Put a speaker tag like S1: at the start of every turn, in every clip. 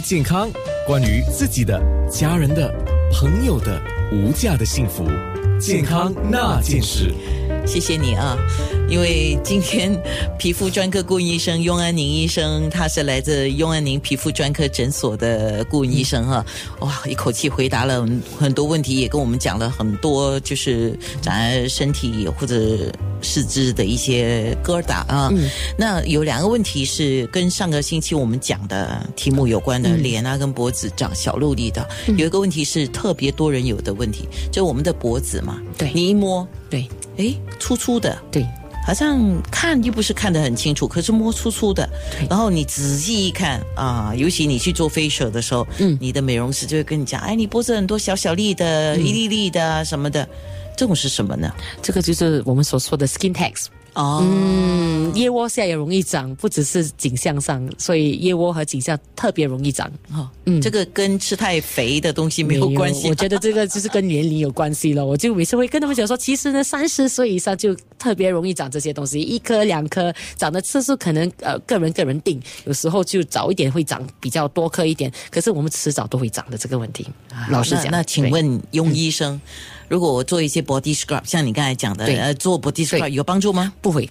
S1: 健康，关于自己的、家人的、朋友的无价的幸福，健康那件事。
S2: 谢谢你啊，因为今天皮肤专科顾问医生雍安宁医生，他是来自雍安宁皮肤专科诊所的顾问医生哈、哇，一口气回答了很多问题，也跟我们讲了很多，就是咱身体或者四肢的一些疙瘩啊。那有两个问题是跟上个星期我们讲的题目有关的，脸啊跟脖子长小肉粒的，有一个问题是特别多人有的问题，就我们的脖子嘛，
S3: 对
S2: 你一摸。
S3: 对
S2: 诶，哎粗粗的，
S3: 对
S2: 好像看又不是看得很清楚，可是摸粗粗的
S3: 对。
S2: 然后你仔细一看啊、尤其你去做 facial 的时候，嗯，你的美容师就会跟你讲，哎，你脖子很多小小粒的、一粒粒的啊什么的，这种是什么呢？
S3: 这个就是我们所说的 skin tax。
S2: 哦，
S3: 嗯，腋窝下也容易长，不只是颈项上，所以腋窝和颈项特别容易长。
S2: 哦这个跟吃太肥的东西没有关系
S3: 我。觉得这个就是跟年龄有关系了。我就每次会跟他们讲说，其实呢，三十岁以上就特别容易长这些东西，一颗两颗长的次数可能呃个人个人定，有时候就早一点会长比较多颗一点，可是我们迟早都会长的这个问题。老实
S2: 那
S3: 讲，
S2: 那请
S3: 对
S2: 问庸医生，如果我做一些 body scrub，像你刚才讲的，
S3: 对
S2: 呃，做 body scrub
S3: 对
S2: 有帮助吗？
S3: 不会？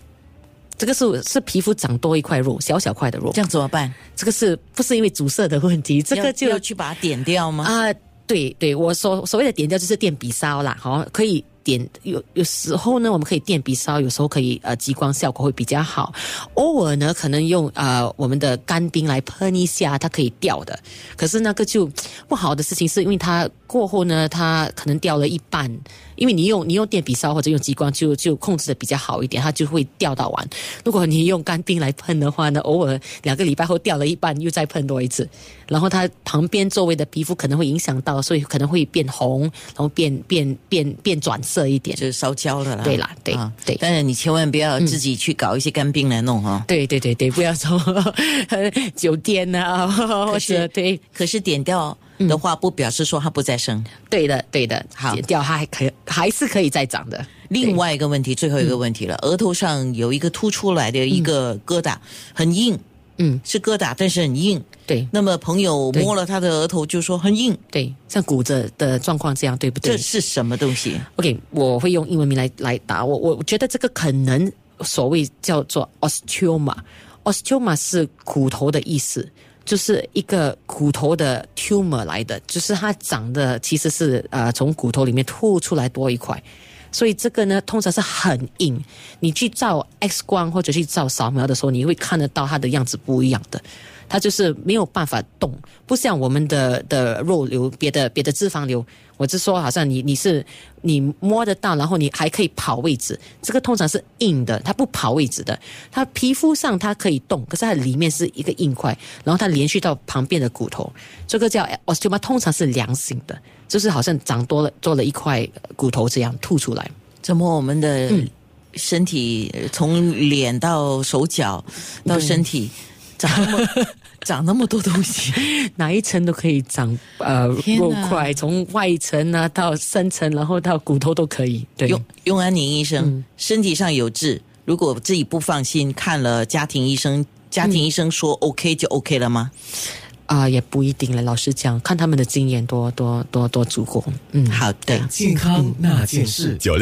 S3: 这个是是皮肤长多一块肉，小小块的肉
S2: 这，样怎么办？
S3: 这个是不是因为阻塞的问题？这
S2: 要
S3: 个就
S2: 要去把它点掉吗？
S3: 啊、对对，我所所谓的点掉就是电笔烧啦，好、可以点有有时候呢，我们可以电笔烧，有时候可以呃激光效果会比较好，偶尔呢可能用呃我们的干冰来喷一下，它可以掉的。可是那个就不好的事情是因为它过后呢，它可能掉了一半，因为你用你用电笔烧或者用激光就就控制的比较好一点，它就会掉到完。如果你用干冰来喷的话呢，偶尔两个礼拜后掉了一半，又再喷多一次，然后它旁边周围的皮肤可能会影响到，所以可能会变红，然后变变变变转色一点。
S2: 就是烧焦了啦。啊
S3: 对啦对对
S2: 但是你千万不要自己去搞一些干冰来弄哦。
S3: 对对对对，不要说酒店啊，或者对
S2: 可是点掉的话，不表示说它不再生。
S3: 对的对的，
S2: 好
S3: 剪掉它还可以还是可以再长的。
S2: 另
S3: 对
S2: 外一个问题，最后一个问题了，额头上有一个凸出来的一个疙瘩，很硬，
S3: 嗯，
S2: 是疙瘩，但是很硬。
S3: 对
S2: 那么朋友
S3: 对
S2: 摸了他的额头就说很硬，
S3: 对，像骨折的状况这样，对不对
S2: 这？是什么东西？
S3: OK，我会用英文名来来答我。我我觉得这个可能所谓叫做 osteoma，osteoma 是骨头的意思，就是一个骨头的 tumor 来的，就是它长的其实是呃从骨头里面凸出来多一块。所以这个呢，通常是很硬。你去照 X 光或者去照扫描的时候，你会看得到它的样子不一样的。它就是没有办法动，不像我们的的肉瘤、别的别的脂肪瘤。我是说，好像你你是你摸得到，然后你还可以跑位置，这个通常是硬的，它不跑位置的。它皮肤上它可以动，可是它里面是一个硬块，然后它连续到旁边的骨头，这个叫 osteoma，通常是良性的，就是好像长多了多了一块骨头这样凸出来。
S2: 怎么我们的身体呃从脸到手脚到身体长那么 长那么多东西？
S3: 哪一层都可以长呃
S2: 天哪
S3: 肉块，从外层啊到深层，然后到骨头都可以。对，
S2: 用用安宁医生、身体上有痣，如果自己不放心，看了家庭医生，家庭医生说 OK 就 OK 了吗？
S3: 啊、也不一定了。老实讲，看他们的经验多多多多足够。嗯，
S2: 好的。
S1: 健康那件事，九